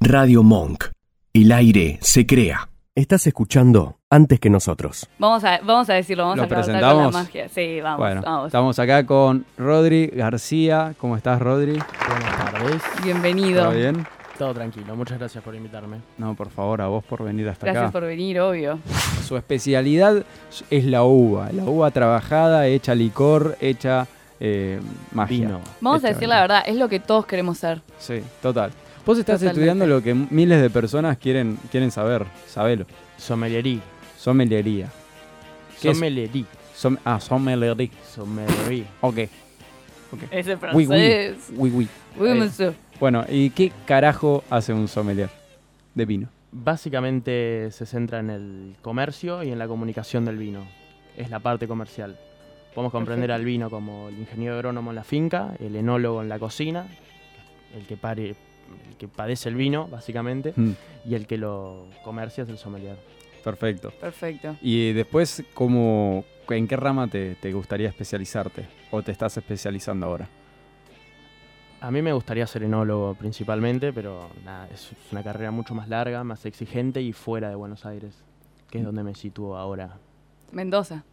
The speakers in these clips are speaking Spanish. Radio Monk. El aire se crea. Estás escuchando antes que nosotros. Vamos a, vamos a decirlo, vamos ¿Lo a cortar presentamos? con la magia. Sí, vamos, bueno, vamos. estamos acá con Rodri García. ¿Cómo estás, Rodri? Buenas tardes. Bienvenido. ¿Todo bien? Todo tranquilo. Muchas gracias por invitarme. No, por favor, a vos por venir hasta Gracias acá. por venir, obvio. Su especialidad es la uva. La uva trabajada, hecha licor, hecha eh, magia. Vino. Vamos Hecha a decir vino. la verdad, es lo que todos queremos ser. Sí, total. Vos estás Totalmente. estudiando lo que miles de personas quieren, quieren saber. Sabelo. Sommelierí. Sommelería. ¿Qué es? Sommelierí. Som- ah, sommelería. Sommelierí. Ok. Ese francés. Oui, oui. Oui, oui. Oui, Eh. monsieur. Bueno, ¿y qué carajo hace un sommelier de vino? Básicamente se centra en el comercio y en la comunicación del vino. Es la parte comercial. Podemos comprender Perfecto. al vino como el ingeniero agrónomo en la finca, el enólogo en la cocina, el que pare, el que padece el vino, básicamente, Mm, y el que lo comercia es el sommelier. perfecto. Perfecto. Y después, ¿cómo, ¿en qué rama te, te gustaría especializarte? ¿O te estás especializando ahora? A mí me gustaría ser enólogo principalmente, pero nada, es es una carrera mucho más larga, más exigente y fuera de Buenos Aires, que es donde me sitúo ahora. Mendoza,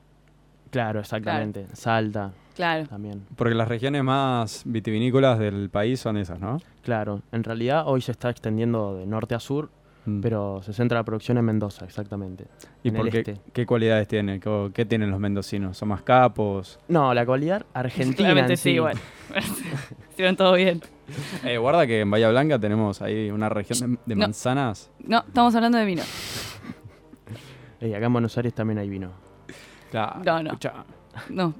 Claro, exactamente. Salta claro. también. Porque las regiones más vitivinícolas del país son esas, ¿no? Claro, en realidad hoy se está extendiendo de norte a sur, Mm. pero se centra la producción en Mendoza, exactamente. ¿Y en por el qué, este. qué cualidades tienen? ¿Qué, qué tienen los mendocinos? ¿Son más capos? No, la cualidad argentina. Claramente en sí, sí. igual. Hicieron todo bien. Eh, guarda que en Bahía Blanca tenemos ahí una región de, de No. manzanas. No, estamos hablando de vino. Eh, acá en Buenos Aires también hay vino. Claro, No, no. escuchá. No,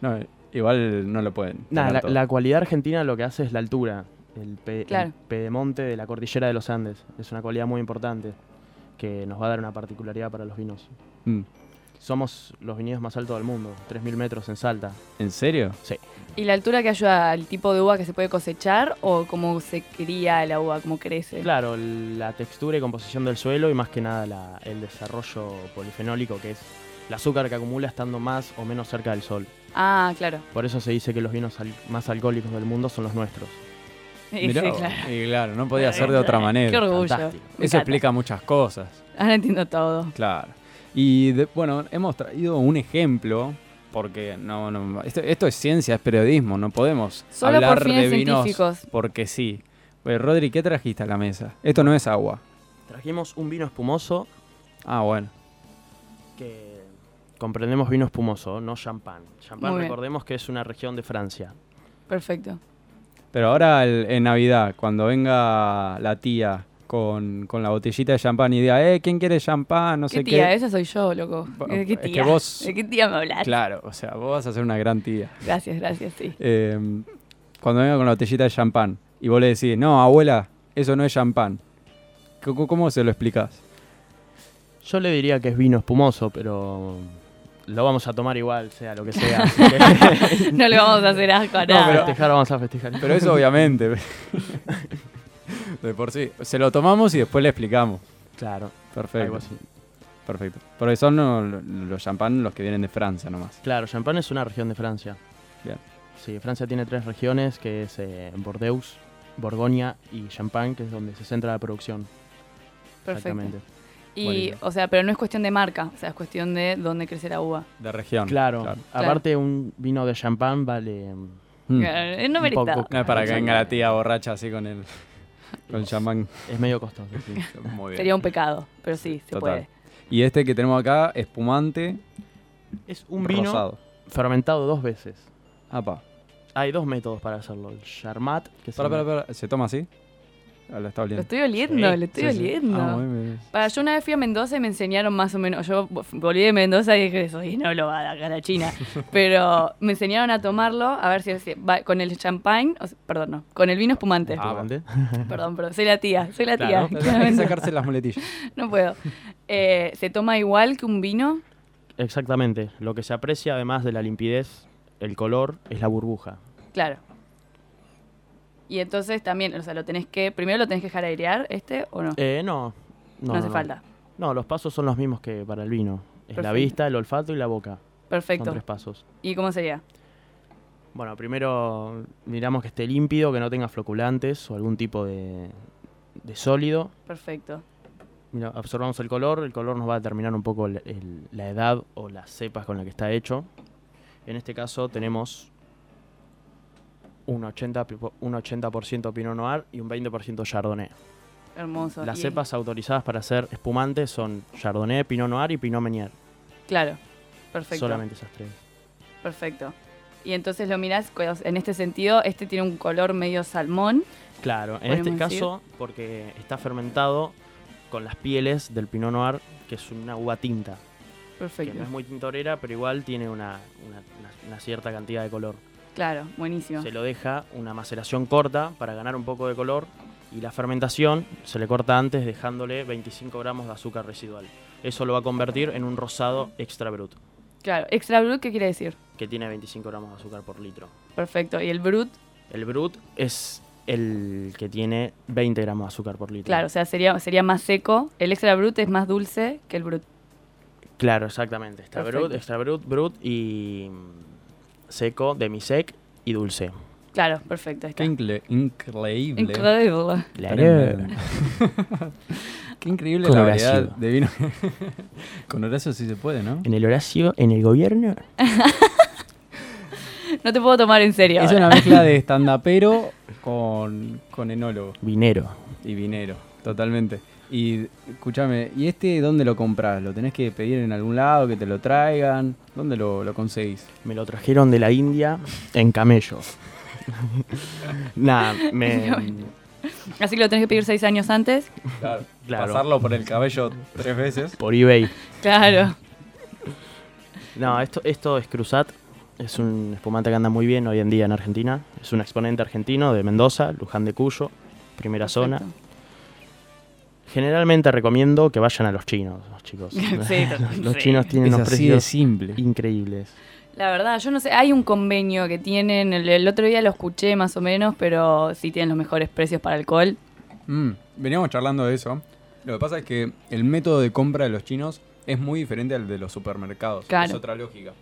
No, eh, igual no lo pueden. Nada, tener la, todo. la cualidad argentina lo que hace es la altura, el, pe- el Claro. pedemonte de la cordillera de los Andes. Es una cualidad muy importante que nos va a dar una particularidad para los vinos. Mm. Somos los viñedos más altos del mundo, 3.000 metros en Salta. ¿En serio? ¿Y la altura que ayuda al tipo de uva que se puede cosechar o cómo se cría la uva, cómo crece? Claro, la textura y composición del suelo y más que nada la- el desarrollo polifenólico que es el azúcar que acumula estando más o menos cerca del sol. Ah, claro. Por eso se dice que los vinos al- más alcohólicos del mundo son los nuestros. Sí, Mirá sí, vos. claro. Y claro, no podía ser de otra Qué manera. orgullo. fantástico. Me encanta. Eso explica muchas cosas. Ahora entiendo todo. Claro. Y de- bueno, hemos traído un ejemplo, porque no, no- esto, esto es ciencia, es periodismo, no podemos Solo hablar por fines de vinos científicos. porque sí. Oye, Rodri, ¿qué trajiste a la mesa? Esto no es agua. Trajimos un vino espumoso Ah, bueno. que comprendemos vino espumoso, no champán. Champán Muy bien. recordemos que es una región de Francia. Perfecto. Pero ahora el- en Navidad, cuando venga la tía con, con la botellita de champán y diga, eh, ¿quién quiere champán? No ¿Qué sé tía? qué. Esa soy yo, loco. Bueno, ¿De qué es que tía? vos- ¿De qué tía me hablas? Claro, o sea, vos vas a ser una gran tía. Gracias, gracias, sí. Eh, cuando venga con la botellita de champán y vos le decís, no, abuela, eso no es champán. ¿Cómo- ¿Cómo se lo explicás? Yo le diría que es vino espumoso, pero lo vamos a tomar igual, sea lo que sea. así que- No le vamos a hacer asco a Vamos a nada. festejar, vamos a festejar. Pero eso obviamente. De por sí. Se lo tomamos y después le explicamos. Claro, algo Perfecto. así. Perfecto. Porque son no- lo- los champán los que vienen de Francia nomás. Claro, Champagne es una región de Francia. Bien. Sí, Francia tiene tres regiones, que es eh, Bordeaux, Borgoña y Champagne, que es donde se centra la producción. Perfecto. Exactamente. Y, Buenísimo. o sea, pero no es cuestión de marca, o sea, es cuestión de dónde crece la uva. De región. Claro, Claro. aparte un vino de champán vale... mm, Mm. Eh, No Un merita. poco. No es para que venga la tía borracha así con el con champán. Es medio costoso, sí. Muy bien. Sería un pecado, pero sí, se Total. puede. Y este que tenemos acá, espumante es un vino rosado. fermentado dos veces. Apa. Hay dos métodos para hacerlo. El charmat, que se Pará, pará, pará. ¿Se toma así? Ah, lo está Lo oliendo. estoy oliendo, Sí, lo estoy Sí, sí. oliendo. Ah, muy bien. Para, yo una vez fui a Mendoza y me enseñaron más o menos. Yo vo- volví de Mendoza y dije, soy no lo va a dar a China. Pero me enseñaron a tomarlo, a ver si, si- va- con el champagne, o sea, perdón, no, con el vino espumante. Ah, Espumante. Perdón, pero soy la tía, soy la Claro, tía. hay que claramente. sacarse las muletillas. No puedo. Eh, ¿Se toma igual que un vino? Exactamente. Lo que se aprecia, además de la limpidez, el color, es la burbuja. Claro. Y entonces también, o sea, lo tenés que. Primero lo tenés que dejar airear, este, o no. Eh, no. No, no hace no, no. falta. No, los pasos son los mismos que para el vino. Es la Perfecto. vista, el olfato y la boca. Son Perfecto. tres pasos. ¿Y cómo sería? Bueno, primero miramos que esté límpido, que no tenga floculantes o algún tipo de, de sólido. Perfecto. Mira, absorbamos el color, el color nos va a determinar un poco el- el- la edad o las cepas con la que está hecho. En este caso tenemos un 80%, pi- un 80 Pinot Noir y un 20% Chardonnay. Hermoso. Las Y- cepas autorizadas para hacer espumantes son Chardonnay, Pinot Noir y Pinot Meunier. Claro. Perfecto. Solamente esas tres. Perfecto. Y entonces lo mirás cu- en este sentido, este tiene un color medio salmón. Claro, en Podemos este decir. caso, porque está fermentado con las pieles del Pinot Noir, que es una uva tinta, que Perfecto. no es muy tintorera, pero igual tiene una, una- una- una cierta cantidad de color. Claro, buenísimo. Se lo deja una maceración corta para ganar un poco de color y la fermentación se le corta antes dejándole 25 gramos de azúcar residual. Eso lo va a convertir en un rosado extra brut, Claro. Extra brut, ¿qué quiere decir? que tiene 25 gramos de azúcar por litro. Perfecto. Y el brut, El brut es el que tiene 20 gramos de azúcar por litro. claro, o sea, sería, sería más seco. El extra brut es más dulce que el brut. Claro, exactamente. Extra Perfecto. brut, extra brut, brut y mm, seco, demisec y dulce. Claro, perfecto. ahí Qué Está. incre- increíble. Increíble. Tremendo. Qué increíble Con la Horacio. variedad de vino. Con Horacio sí se puede, ¿no? En el Horacio, en el gobierno. No te puedo tomar en serio. Es ahora. una mezcla de estandapero con, con enólogo Vinero. y vinero, totalmente. Y escúchame, ¿y este dónde lo compras? ¿Lo tenés que pedir en algún lado, que te lo traigan? ¿Dónde lo, lo conseguís? Me lo trajeron de la India en camello. Nada, me. mm, Así que lo tenés que pedir seis años antes. Claro, Claro. Pasarlo por el cabello tres veces. Por eBay. Claro. No, esto, esto es Cruzat. Es un espumante que anda muy bien hoy en día en Argentina. Es un exponente argentino de Mendoza, Luján de Cuyo, primera zona. Perfecto. Generalmente recomiendo que vayan a los chinos, los chicos. Sí, total- los sí. chinos tienen Es unos así de precios simple. increíbles. La verdad, yo no sé, hay un convenio que tienen, el, el otro día lo escuché más o menos, pero sí tienen los mejores precios para alcohol. Mm, veníamos charlando de eso. Lo que pasa es que el método de compra de los chinos es muy diferente al de los supermercados. Claro. Es otra lógica.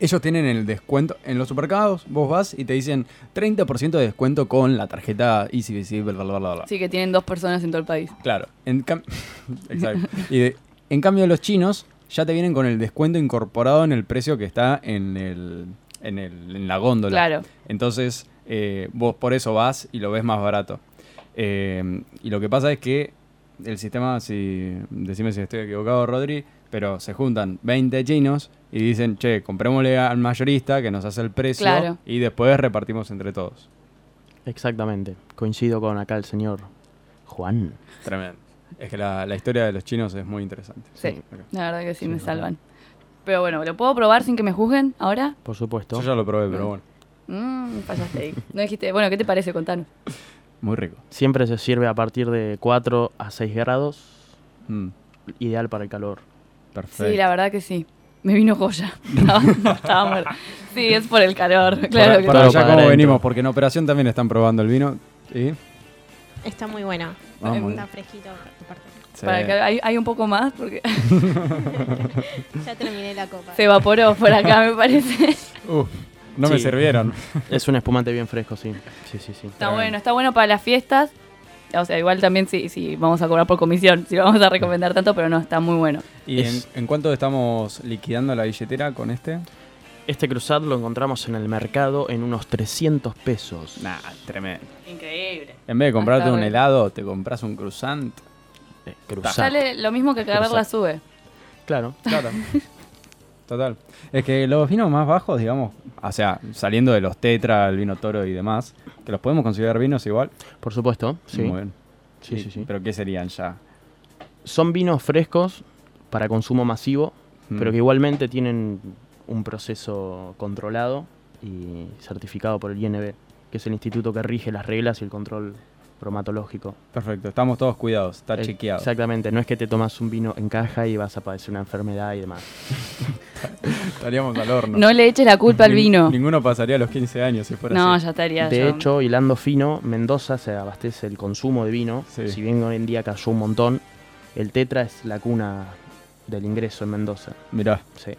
Ellos tienen el descuento. En los supermercados vos vas y te dicen 30% de descuento con la tarjeta EasyBC, bla, bla, bla, bla, bla. Sí, que tienen dos personas en todo el país. Claro. En, cam- Exacto. Y de- en cambio los chinos ya te vienen con el descuento incorporado en el precio que está en, el, en, el- en la góndola. Claro, Entonces, eh, vos por eso vas y lo ves más barato. Eh, y lo que pasa es que el sistema, si decime si estoy equivocado, Rodri, pero se juntan 20 chinos y dicen, che, comprémosle al mayorista que nos hace el precio Claro. y después repartimos entre todos. Exactamente. Coincido con acá el señor Juan. Tremendo. Es que la, la historia de los chinos es muy interesante. sí, Ok. la verdad que sí, Sí, me es salvan. Pero bueno, ¿lo puedo probar sin que me juzguen ahora? Por supuesto. Yo ya lo probé, Mm. pero bueno, Mmm, fallaste ahí. No dijiste, bueno, ¿qué te parece? Contanos. muy rico. Siempre se sirve a partir de 4 a 6 grados. Mm, Ideal para el calor. perfecto. Sí, la verdad que sí. Me vino joya. Estaba, estaba muerta. Sí, es por el calor, claro. Para, que para Todo allá para cómo adentro. venimos, porque en operación también están probando el vino. ¿Y? Está muy bueno. Vamos. Está fresquito, aparte. Sí. para que- hay, hay un poco más porque Ya terminé la copa. se evaporó por acá, me parece. Uf, no me Sí. sirvieron. Es un espumante bien fresco, sí. Sí, sí, sí. Está Tremendo. bueno, está bueno para las fiestas. O sea, igual también si si vamos a cobrar por comisión, si lo vamos a recomendar tanto, pero no, está muy bueno. ¿Y Es- en, en cuánto estamos liquidando la billetera con este? Este cruzado lo encontramos en el mercado en unos 300 pesos. Nah, tremendo. Increíble. En vez de comprarte Hasta un hoy. helado, te compras un cruzant. Eh, cruzat. Sale lo mismo que cargar la Exacto. sube. Claro. Claro. Total. Es que los vinos más bajos, digamos, o sea, saliendo de los tetra, el vino toro y demás, que los podemos considerar vinos igual. Por supuesto. Sí. Muy bien. Sí, Y- sí, sí. Pero ¿qué serían ya? Son vinos frescos para consumo masivo, Mm. pero que igualmente tienen un proceso controlado y certificado por el INB, que es el instituto que rige las reglas y el control bromatológico. Perfecto, estamos todos cuidados, está Eh, chequeado. Exactamente, no es que te tomas un vino en caja y vas a padecer una enfermedad y demás. Estaríamos al horno. No le eches la culpa al Nin- vino. Ninguno pasaría los 15 años si fuera No, así. ya estaría. De yo- hecho, hilando fino, Mendoza se abastece el consumo de vino, Sí. si bien hoy en día cayó un montón, el tetra es la cuna del ingreso en Mendoza. Mirá, Sí,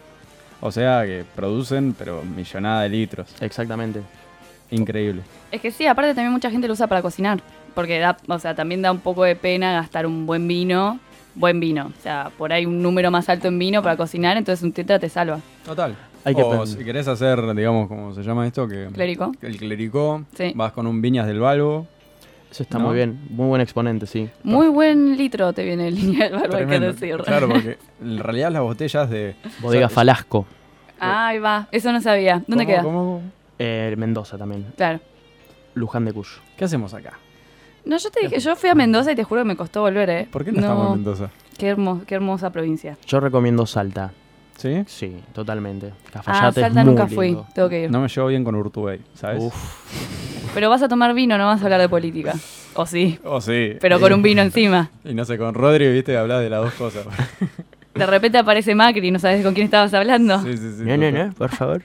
o sea que producen, pero millonada de litros. exactamente. Increíble. Es que sí, aparte también mucha gente lo usa para cocinar. porque da, o sea, también da un poco de pena gastar un buen vino, buen vino. O sea, por ahí un número más alto en vino para cocinar, entonces un tetra te salva. Total. Hay que o aprender. si querés hacer, digamos, ¿cómo se llama esto? Que, Clericó. El clericó. Sí. Vas con un viñas del Balbo. Eso está ¿No? muy bien. Muy buen exponente, sí. Muy buen litro te viene el línea del barba, hay que Tremendo. decir. Claro, porque en realidad las botellas de... Bodega o sea, Falasco. Ahí va, eso no sabía. ¿Dónde ¿cómo- queda? cómo- Eh, Mendoza también. Claro. Luján de Cuyo. ¿Qué hacemos acá? No, yo te dije, yo fui a Mendoza y te juro que me costó volver, ¿eh? ¿Por qué no, estamos en Mendoza? Qué, hermo- qué hermosa provincia. Yo recomiendo Salta. ¿Sí? Sí, totalmente. Cafayate Ah, es Salta muy nunca fui, lindo. tengo que ir. No me llevo bien con Urtubey, ¿sabes? Uf, Pero vas a tomar vino, no vas a hablar de política. O sí, Oh, sí. pero con un vino encima. Y no sé, con Rodri, viste, hablas de las dos cosas. De repente aparece Macri y no sabes con quién estabas hablando. sí, sí, sí. no, no, total. no, por favor.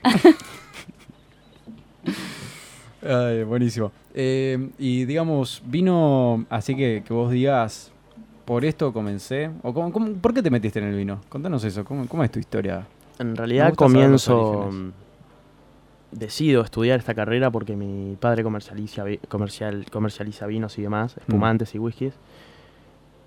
Ay, buenísimo. Eh, y digamos, vino así que, que vos digas, por esto comencé. o cómo- cómo- ¿Por qué te metiste en el vino? Contanos eso, ¿cómo, cómo es tu historia? En Me realidad gusta saber los comienzo. orígenes. mm, Decido estudiar esta carrera porque mi padre comercializa, vi- comercial, comercializa vinos y demás, Mm. espumantes y whiskies.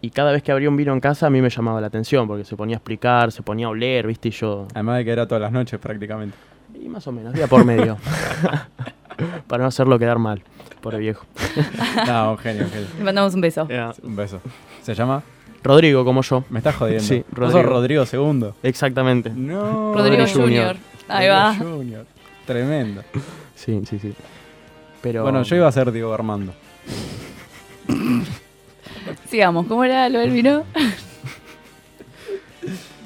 Y cada vez que abría un vino en casa a mí me llamaba la atención porque se ponía a explicar, se ponía a oler, ¿viste? Y yo. Además de que era todas las noches prácticamente. Y más o menos, día por medio. Para no hacerlo quedar mal, por el viejo. No, un genio, un genio. Le mandamos un beso. Un beso. ¿Se llama? Rodrigo, como yo. Me estás jodiendo. Sí, Vos sos Rodrigo II. Exactamente. No. Rodrigo Rodrigo Junior. Ahí va. Rodrigo Junior. Tremendo. Sí, sí, sí. Pero. Bueno, yo iba a ser Diego Armando. Sigamos, ¿cómo era lo del vino?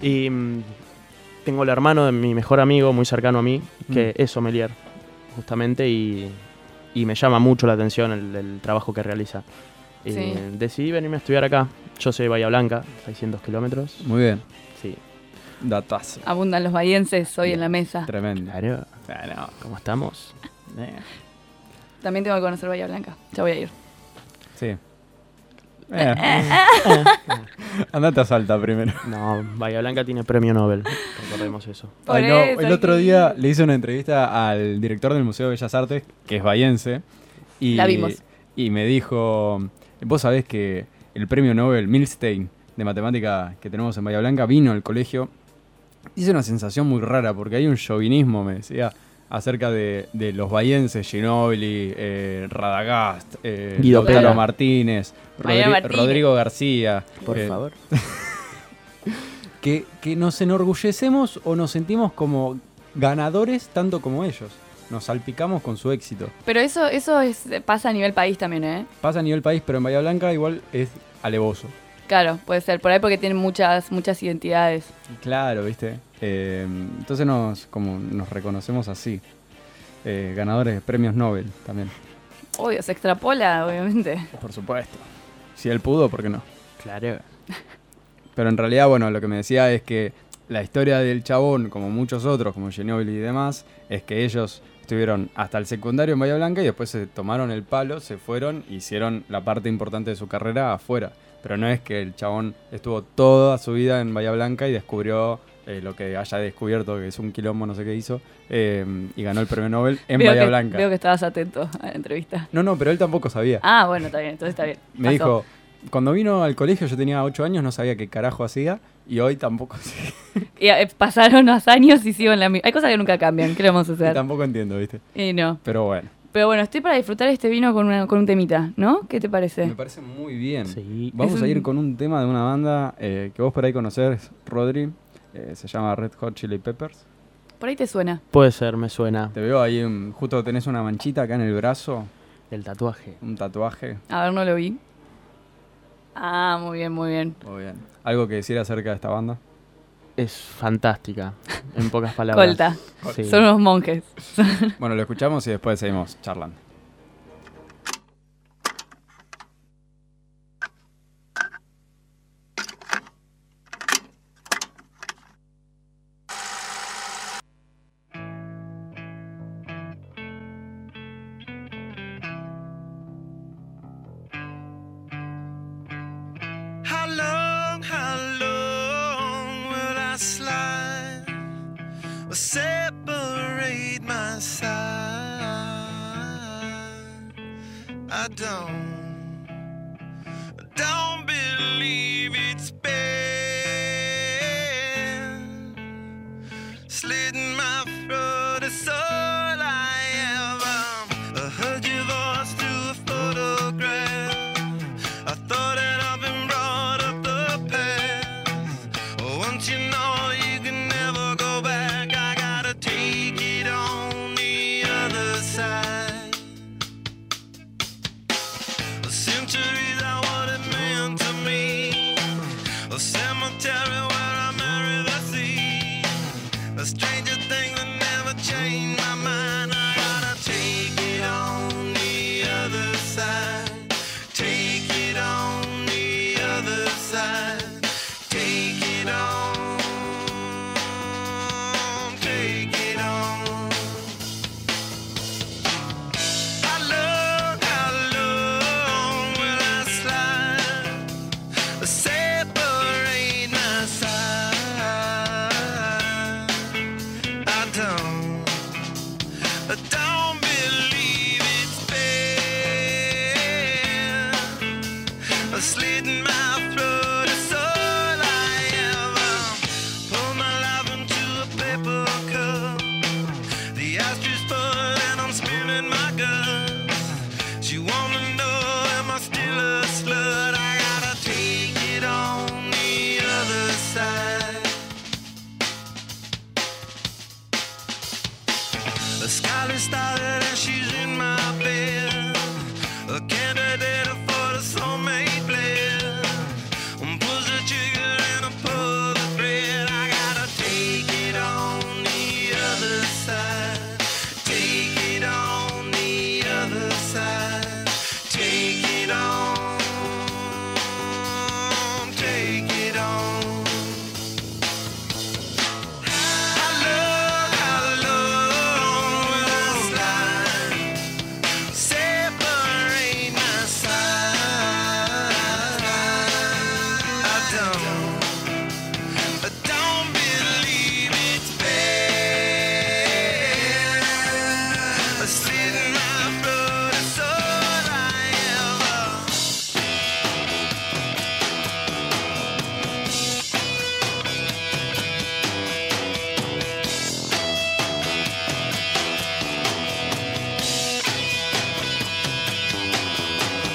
Y mm, tengo el hermano de mi mejor amigo, muy cercano a mí, que es sommelier, justamente, y, y me llama mucho la atención el, el trabajo que realiza. Y Sí. Decidí venirme a estudiar acá. Yo soy de Bahía Blanca, 600 kilómetros. Muy bien. Sí. Datazo. Abundan los bahienses hoy en la mesa. Tremendo. Claro, Ah, no. ¿cómo estamos? Eh, También tengo que conocer Bahía Blanca. Ya voy a ir. Sí. Eh. Andate a Salta primero. No, Bahía Blanca tiene premio Nobel, recordemos eso. Por Ay, no, eso El otro que- día le hice una entrevista al director del Museo de Bellas Artes, que es bahiense. Y, La vimos. Y me dijo, vos sabés que el premio Nobel Milstein de matemática que tenemos en Bahía Blanca vino al colegio. Hice una sensación muy rara porque hay un chauvinismo, me decía, acerca de, de los bahienses, Ginobili, eh, Radagast, eh, Guido Lautaro Pella. Martínez, Mariano Rodri- Martínez. Rodrigo García. eh, favor. que, que nos enorgullecemos o nos sentimos como ganadores tanto como ellos. Nos salpicamos con su éxito. Pero eso, eso es, pasa a nivel país también, ¿eh? Pasa a nivel país, pero en Bahía Blanca igual es alevoso. Claro, puede ser. Por ahí porque tienen muchas, muchas identidades. Claro, ¿viste? Eh, entonces nos, como nos reconocemos así. Eh, ganadores de premios Nobel también. Obvio, se extrapola, obviamente. Por supuesto. Si él pudo, ¿por qué no? Claro. Pero en realidad, bueno, lo que me decía es que la historia del chabón, como muchos otros, como Ginobili y demás, es que ellos estuvieron hasta el secundario en Bahía Blanca y después se tomaron el palo, se fueron, hicieron la parte importante de su carrera afuera. Pero no es que el chabón estuvo toda su vida en Bahía Blanca y descubrió eh, lo que haya descubierto, que es un quilombo, no sé qué hizo, eh, y ganó el premio Nobel en Veo Bahía que- Blanca. Veo que estabas atento a la entrevista. No, no, pero él tampoco sabía. Ah, bueno, está bien, entonces está bien. Pasó. Me dijo, cuando vino al colegio yo tenía 8 años, no sabía qué carajo hacía, y hoy tampoco sé. Y, eh, pasaron los años y sigo en la misma. Hay cosas que nunca cambian, ¿qué le vamos a Y hacer? tampoco entiendo, ¿viste? Y no. Pero bueno, Pero bueno, estoy para disfrutar este vino con, una- con un temita, ¿no? ¿Qué te me parece? parece muy bien. Sí. Vamos Es a ir un- con un tema de una banda eh, que vos por ahí conocés, Rodri. eh, se llama Red Hot Chili Peppers. Por ahí te suena. Puede ser, me suena. Te veo ahí, mm, justo tenés una manchita acá en el brazo, El tatuaje. un tatuaje. A ver, no lo vi. Ah, muy bien, muy bien. Muy bien. ¿Algo que decir acerca de esta banda? Es fantástica, en pocas palabras. Colta. Sí. Son unos monjes. Bueno, lo escuchamos y después seguimos charlando. How long, how long will I slide? Will separate my side? I don't Oh, will separate my side. I don't, I don't believe it's fair. I slit my throat, it's all I ever. Pull my life into a paper cup. The asterisk full and I'm spilling my guts. She wanna know am I still a slut? I gotta take it on the other side. The scarlet started and she's in my bed. A candidate for the soulmate blend. One pulls the trigger and I pull the thread. I gotta take it on the other side. Take it on the other side. Take it on. Take it on. Sitting my blood, it's all I ever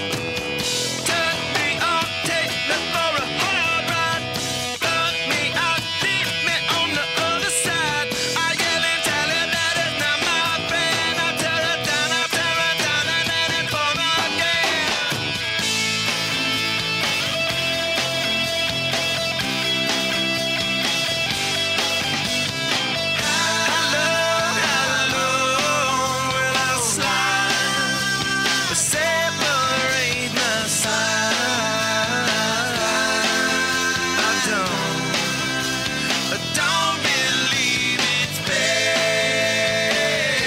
Turn me on, take me for a hard ride. Run me out, leave me on the other side. I yell and tell her that it's not my friend. I tear her down, I tear her down, and then it's for again. Separate my side. I don't, I don't believe it's fair.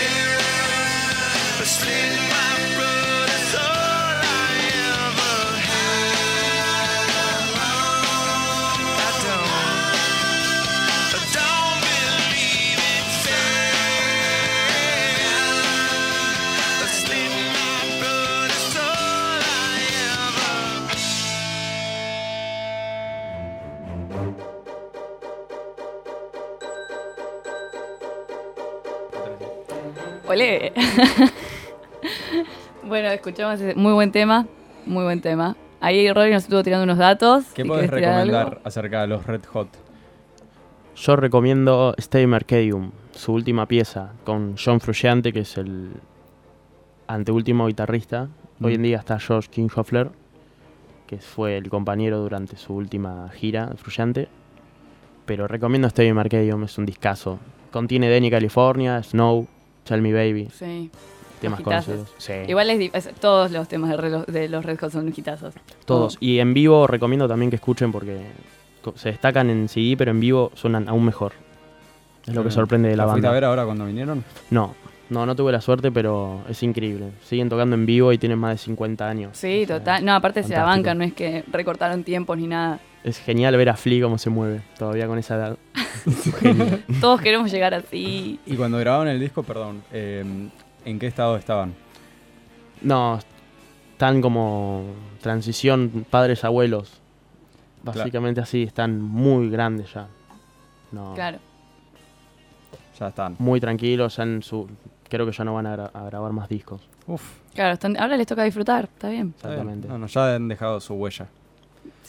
Slit my throat is all I ever had. I don't, I don't believe it's fair. Slit my throat is all I ever. Olé. bueno, escuchamos ese muy buen tema, muy buen tema. Ahí Rory nos estuvo tirando unos datos. ¿Qué Si podés querés tirar recomendar algo. acerca de los Red Hot? Yo recomiendo Stay Mercadium, su última pieza, con John Frusciante, que es el anteúltimo guitarrista. Hoy en Mm. día está Josh Kinghoffler, que fue el compañero durante su última gira, Frusciante. Pero recomiendo Stay Mercadium, es un discazo. Contiene Denny California, Snow, Tell Me Baby, Sí. temas Hitazos. conocidos. Sí, Igual es, di- es- todos los temas de, re- los- de los Red Hot son hitazos. todos. Y en vivo recomiendo también que escuchen porque co- se destacan en CD, pero en vivo suenan aún mejor. Es lo que Mm. sorprende de la ¿La fuiste banda. a ver ahora cuando vinieron? No, no, no tuve la suerte, pero es increíble. Siguen tocando en vivo y tienen más de 50 años. Sí, O sea, total. No, aparte se la fantástico. banca, no es que recortaron tiempos ni nada. Es genial ver a Flea cómo se mueve, todavía con esa edad. Todos queremos llegar así. Y cuando grabaron el disco, perdón, eh, ¿en qué estado estaban? No, están como transición padres-abuelos. Claro. Básicamente así, están muy grandes ya. No, Claro. Ya están. Muy tranquilos, ya en su... Creo que ya no van a, gra- a grabar más discos. Eh, Uf, Claro, están- ahora les toca disfrutar, está bien. está bien. Exactamente. No, no, ya han dejado su huella.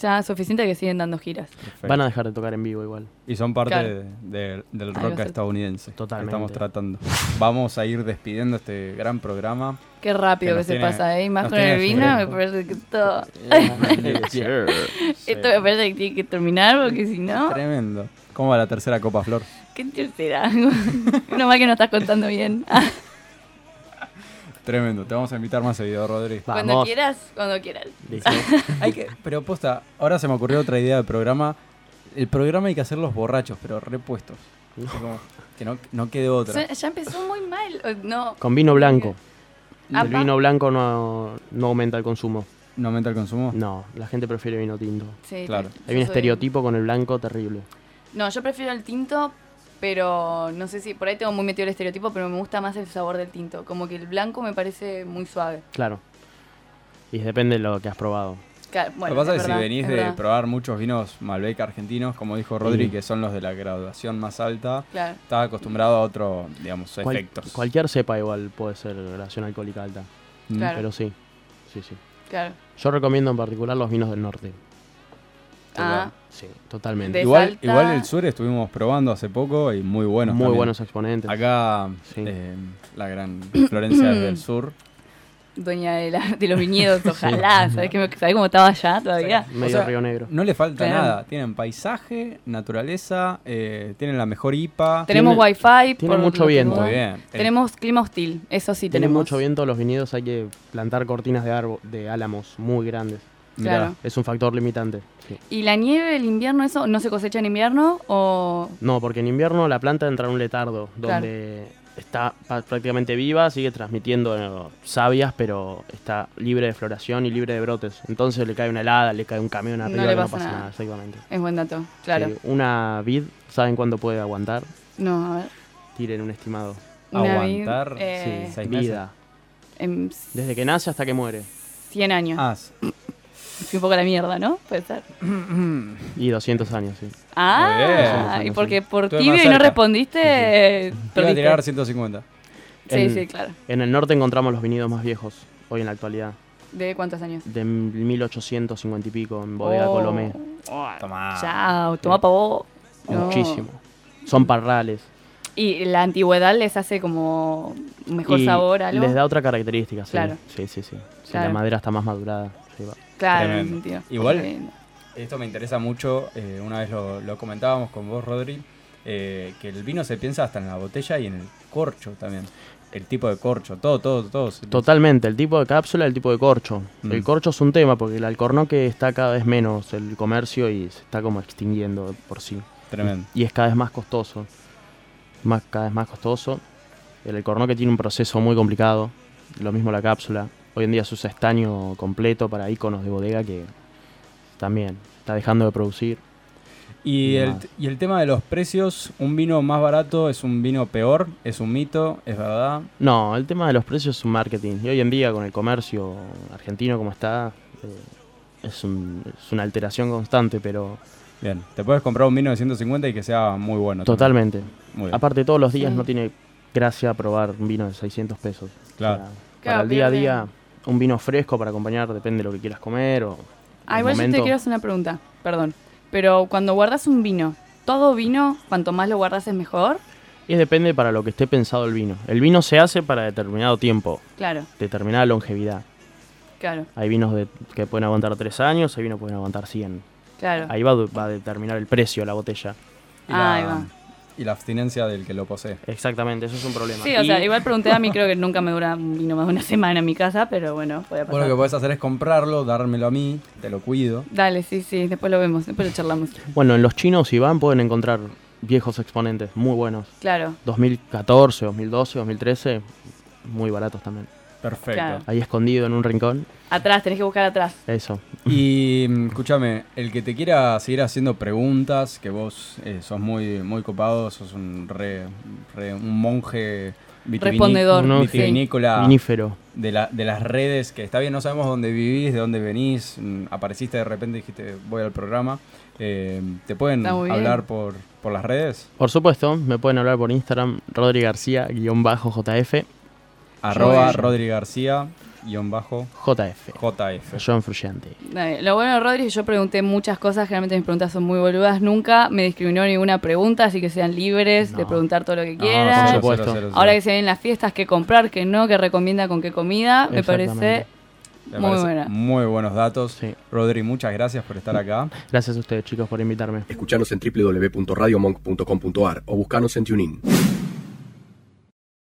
Ya suficiente que siguen dando giras. Perfecto. Van a dejar de tocar en vivo igual. Y son parte Claro. de- de- del Ahí rock va a ser. estadounidense. que Totalmente. Estamos tratando. Vamos a ir despidiendo este gran programa. Qué rápido Que que, nos se tiene- pasa, ¿eh? Y Más nos con el tiene vino, me frío. parece que esto, Eh, Sí. esto me parece que tiene que terminar porque si no, Tremendo. ¿Cómo va la tercera Copa Flor? ¿qué tercera? Uno más que no estás contando bien. Tremendo. Te vamos a invitar más seguido, Rodri. Cuando Vamos. quieras, cuando quieras. Listo. Hay que, pero posta, ahora se me ocurrió otra idea del programa. El programa hay que hacerlos borrachos, pero repuestos. Es como que no, no quede otra. Su- Ya empezó muy mal. o- No. Con vino blanco. El Eh, Apa. vino blanco no, no aumenta el consumo. ¿No aumenta el consumo? No, la gente prefiere vino tinto. Sí, Claro. yo Hay un soy- estereotipo con el blanco terrible. No, yo prefiero el tinto, pero no sé si por ahí tengo muy metido el estereotipo, pero me gusta más el sabor del tinto. Como que el blanco me parece muy suave. Claro. Y depende de lo que has probado. Claro, bueno, lo que pasa es es que verdad, si venís es de verdad. probar muchos vinos Malbec argentinos, como dijo Rodri, Sí. que son los de la graduación más alta, Claro. estás acostumbrado a otro, digamos, Cual- efectos. cualquier cepa igual puede ser relación alcohólica alta. Mm. Claro. Pero sí, sí, sí. Claro. Yo recomiendo en particular los vinos del norte. Ah, Sí, totalmente. De Igual, Salta. igual el sur estuvimos probando hace poco y muy buenos. Muy también. buenos exponentes. Acá Sí. eh, la gran Florencia es del sur. dueña de, la- de los viñedos, ojalá. ¿Sabés, que me- sabés cómo estaba allá todavía? Medio O sea, Río Negro. No le falta Claro. nada. Tienen paisaje, naturaleza, eh, tienen la mejor IPA. Tenemos wifi. tiene por mucho lo que viento. dudo. Muy bien. Tenemos clima hostil, eso sí Tiene tenemos. mucho viento los viñedos, hay que plantar cortinas de árbol, de álamos muy grandes. mirá. Claro. Es un factor limitante. sí. ¿Y la nieve del invierno, eso no se cosecha en invierno o...? No, porque en invierno la planta entra en un letardo, donde está pa- prácticamente viva, sigue transmitiendo eh, sabias, pero está libre de floración y libre de brotes. Entonces le cae una helada, le cae un camión No arriba, le y no pasa pasa nada, nada. exactamente. Es buen dato, claro. Sí, una vid, ¿saben cuándo puede aguantar? No, a ver. Tiren un estimado. Una Aguantar, vid, eh, sí, seis meses. Vida. En Desde que nace hasta que muere. 100 años. Ah, sí. Fui un poco a la mierda, ¿no? Puede ser. Y 200 años, sí. Ah, bien. y porque por Estuve tibio más y no cerca. respondiste, eh, Te iba a perdiste. tirar 150. Sí, En- sí, claro. En el norte encontramos los viñedos más viejos, hoy en la actualidad. ¿De cuántos años? De 1850 y pico, en Bodega Oh. Colomé. Ah, Ah, Tomá. Chao, toma pa' vos. No. Muchísimo. Son parrales. Y la antigüedad les hace como mejor Y sabor, algo. Les da otra característica, sí. Claro. Sí, sí, sí. Sí, Claro. La madera está más madurada. sí, va. Claro, en ese Tremendo. sentido. Igual- Tremendo. Esto me interesa mucho, eh, una vez lo, lo comentábamos con vos, Rodri, eh, que el vino se piensa hasta en la botella y en el corcho también. El tipo de corcho, todo, todo, todo. se piensa. Totalmente, el tipo de cápsula, el tipo de corcho. Mm. El corcho es un tema porque el alcornoque está cada vez menos el comercio y se está como extinguiendo por sí. Tremendo. Y es cada vez más costoso. Más, cada vez más costoso. El alcornoque tiene un proceso muy complicado. Lo mismo la cápsula. Hoy en día se usa estaño completo para iconos de bodega que también está dejando de producir. Y Y el, demás. y el tema de los precios, un vino más barato es un vino peor, es un mito, es verdad. No, el tema de los precios es un marketing. Y hoy en día, con el comercio argentino como está, eh, es, un- es una alteración constante, pero Bien, te puedes comprar un vino de 150 y que sea muy bueno. también. totalmente. Muy bien. Aparte, todos los días Sí. no tiene gracia probar un vino de 600 pesos. Claro. Para, Claro, para el día a pierde. día, un vino fresco para acompañar, depende de lo que quieras comer o. Ah, el igual yo momento. te quiero hacer una pregunta, perdón. Pero cuando guardas un vino, ¿todo vino, cuanto más lo guardas es mejor? Y depende para lo que esté pensado el vino. El vino se hace para determinado tiempo, Claro, determinada longevidad. claro, Hay vinos de- que pueden aguantar 3 años, hay vinos que pueden aguantar 100. claro. Ahí va, a- va a determinar el precio de la botella. Y, Ah, ahí la, va. y la abstinencia del que lo posee. Exactamente, eso es un problema. Sí, o sea, Y- igual pregunté a mí, creo que nunca me dura un vino más de una semana en mi casa, pero bueno, puede pasar. Vos lo que podés hacer es comprarlo, dármelo a mí, te lo cuido. Dale, sí, sí, después lo vemos, después lo charlamos. Bueno, en los chinos, si van, pueden encontrar viejos exponentes muy buenos. Claro, 2014, 2012, 2013, muy baratos también. Perfecto. Claro. Ahí escondido en un rincón, atrás, tenés que buscar atrás. eso. Y mm, escúchame, el que te quiera seguir haciendo preguntas, que vos eh, sos muy, muy copado, sos un re, re- un monje vitivini- Respondedor, No, vitivinícola Vinífero. de, la- de las redes, que está bien, no sabemos dónde vivís, de dónde venís, mm, apareciste de repente y dijiste voy al programa. Eh, ¿Te pueden Está muy bien. hablar por, por las redes? Por supuesto, me pueden hablar por Instagram, Rodri García, guión bajo JF, Arroba bien. Rodri García, guión bajo, JF. JF. John Frusciante. Dale, Lo bueno de Rodri es que yo pregunté muchas cosas, generalmente mis preguntas son muy boludas, nunca me discriminó ninguna pregunta, así que sean libres de No. preguntar todo lo que No, quieran. cero, supuesto. cero, cero, cero. Ahora que se ven las fiestas, qué comprar, qué no, qué recomienda con qué comida, me parece Exactamente. Me muy parece buena. muy buenos datos. Sí. Rodri, muchas gracias por estar acá. Gracias a ustedes, chicos, por invitarme. Escuchanos en www.radiomonk.com.ar o buscanos en TuneIn.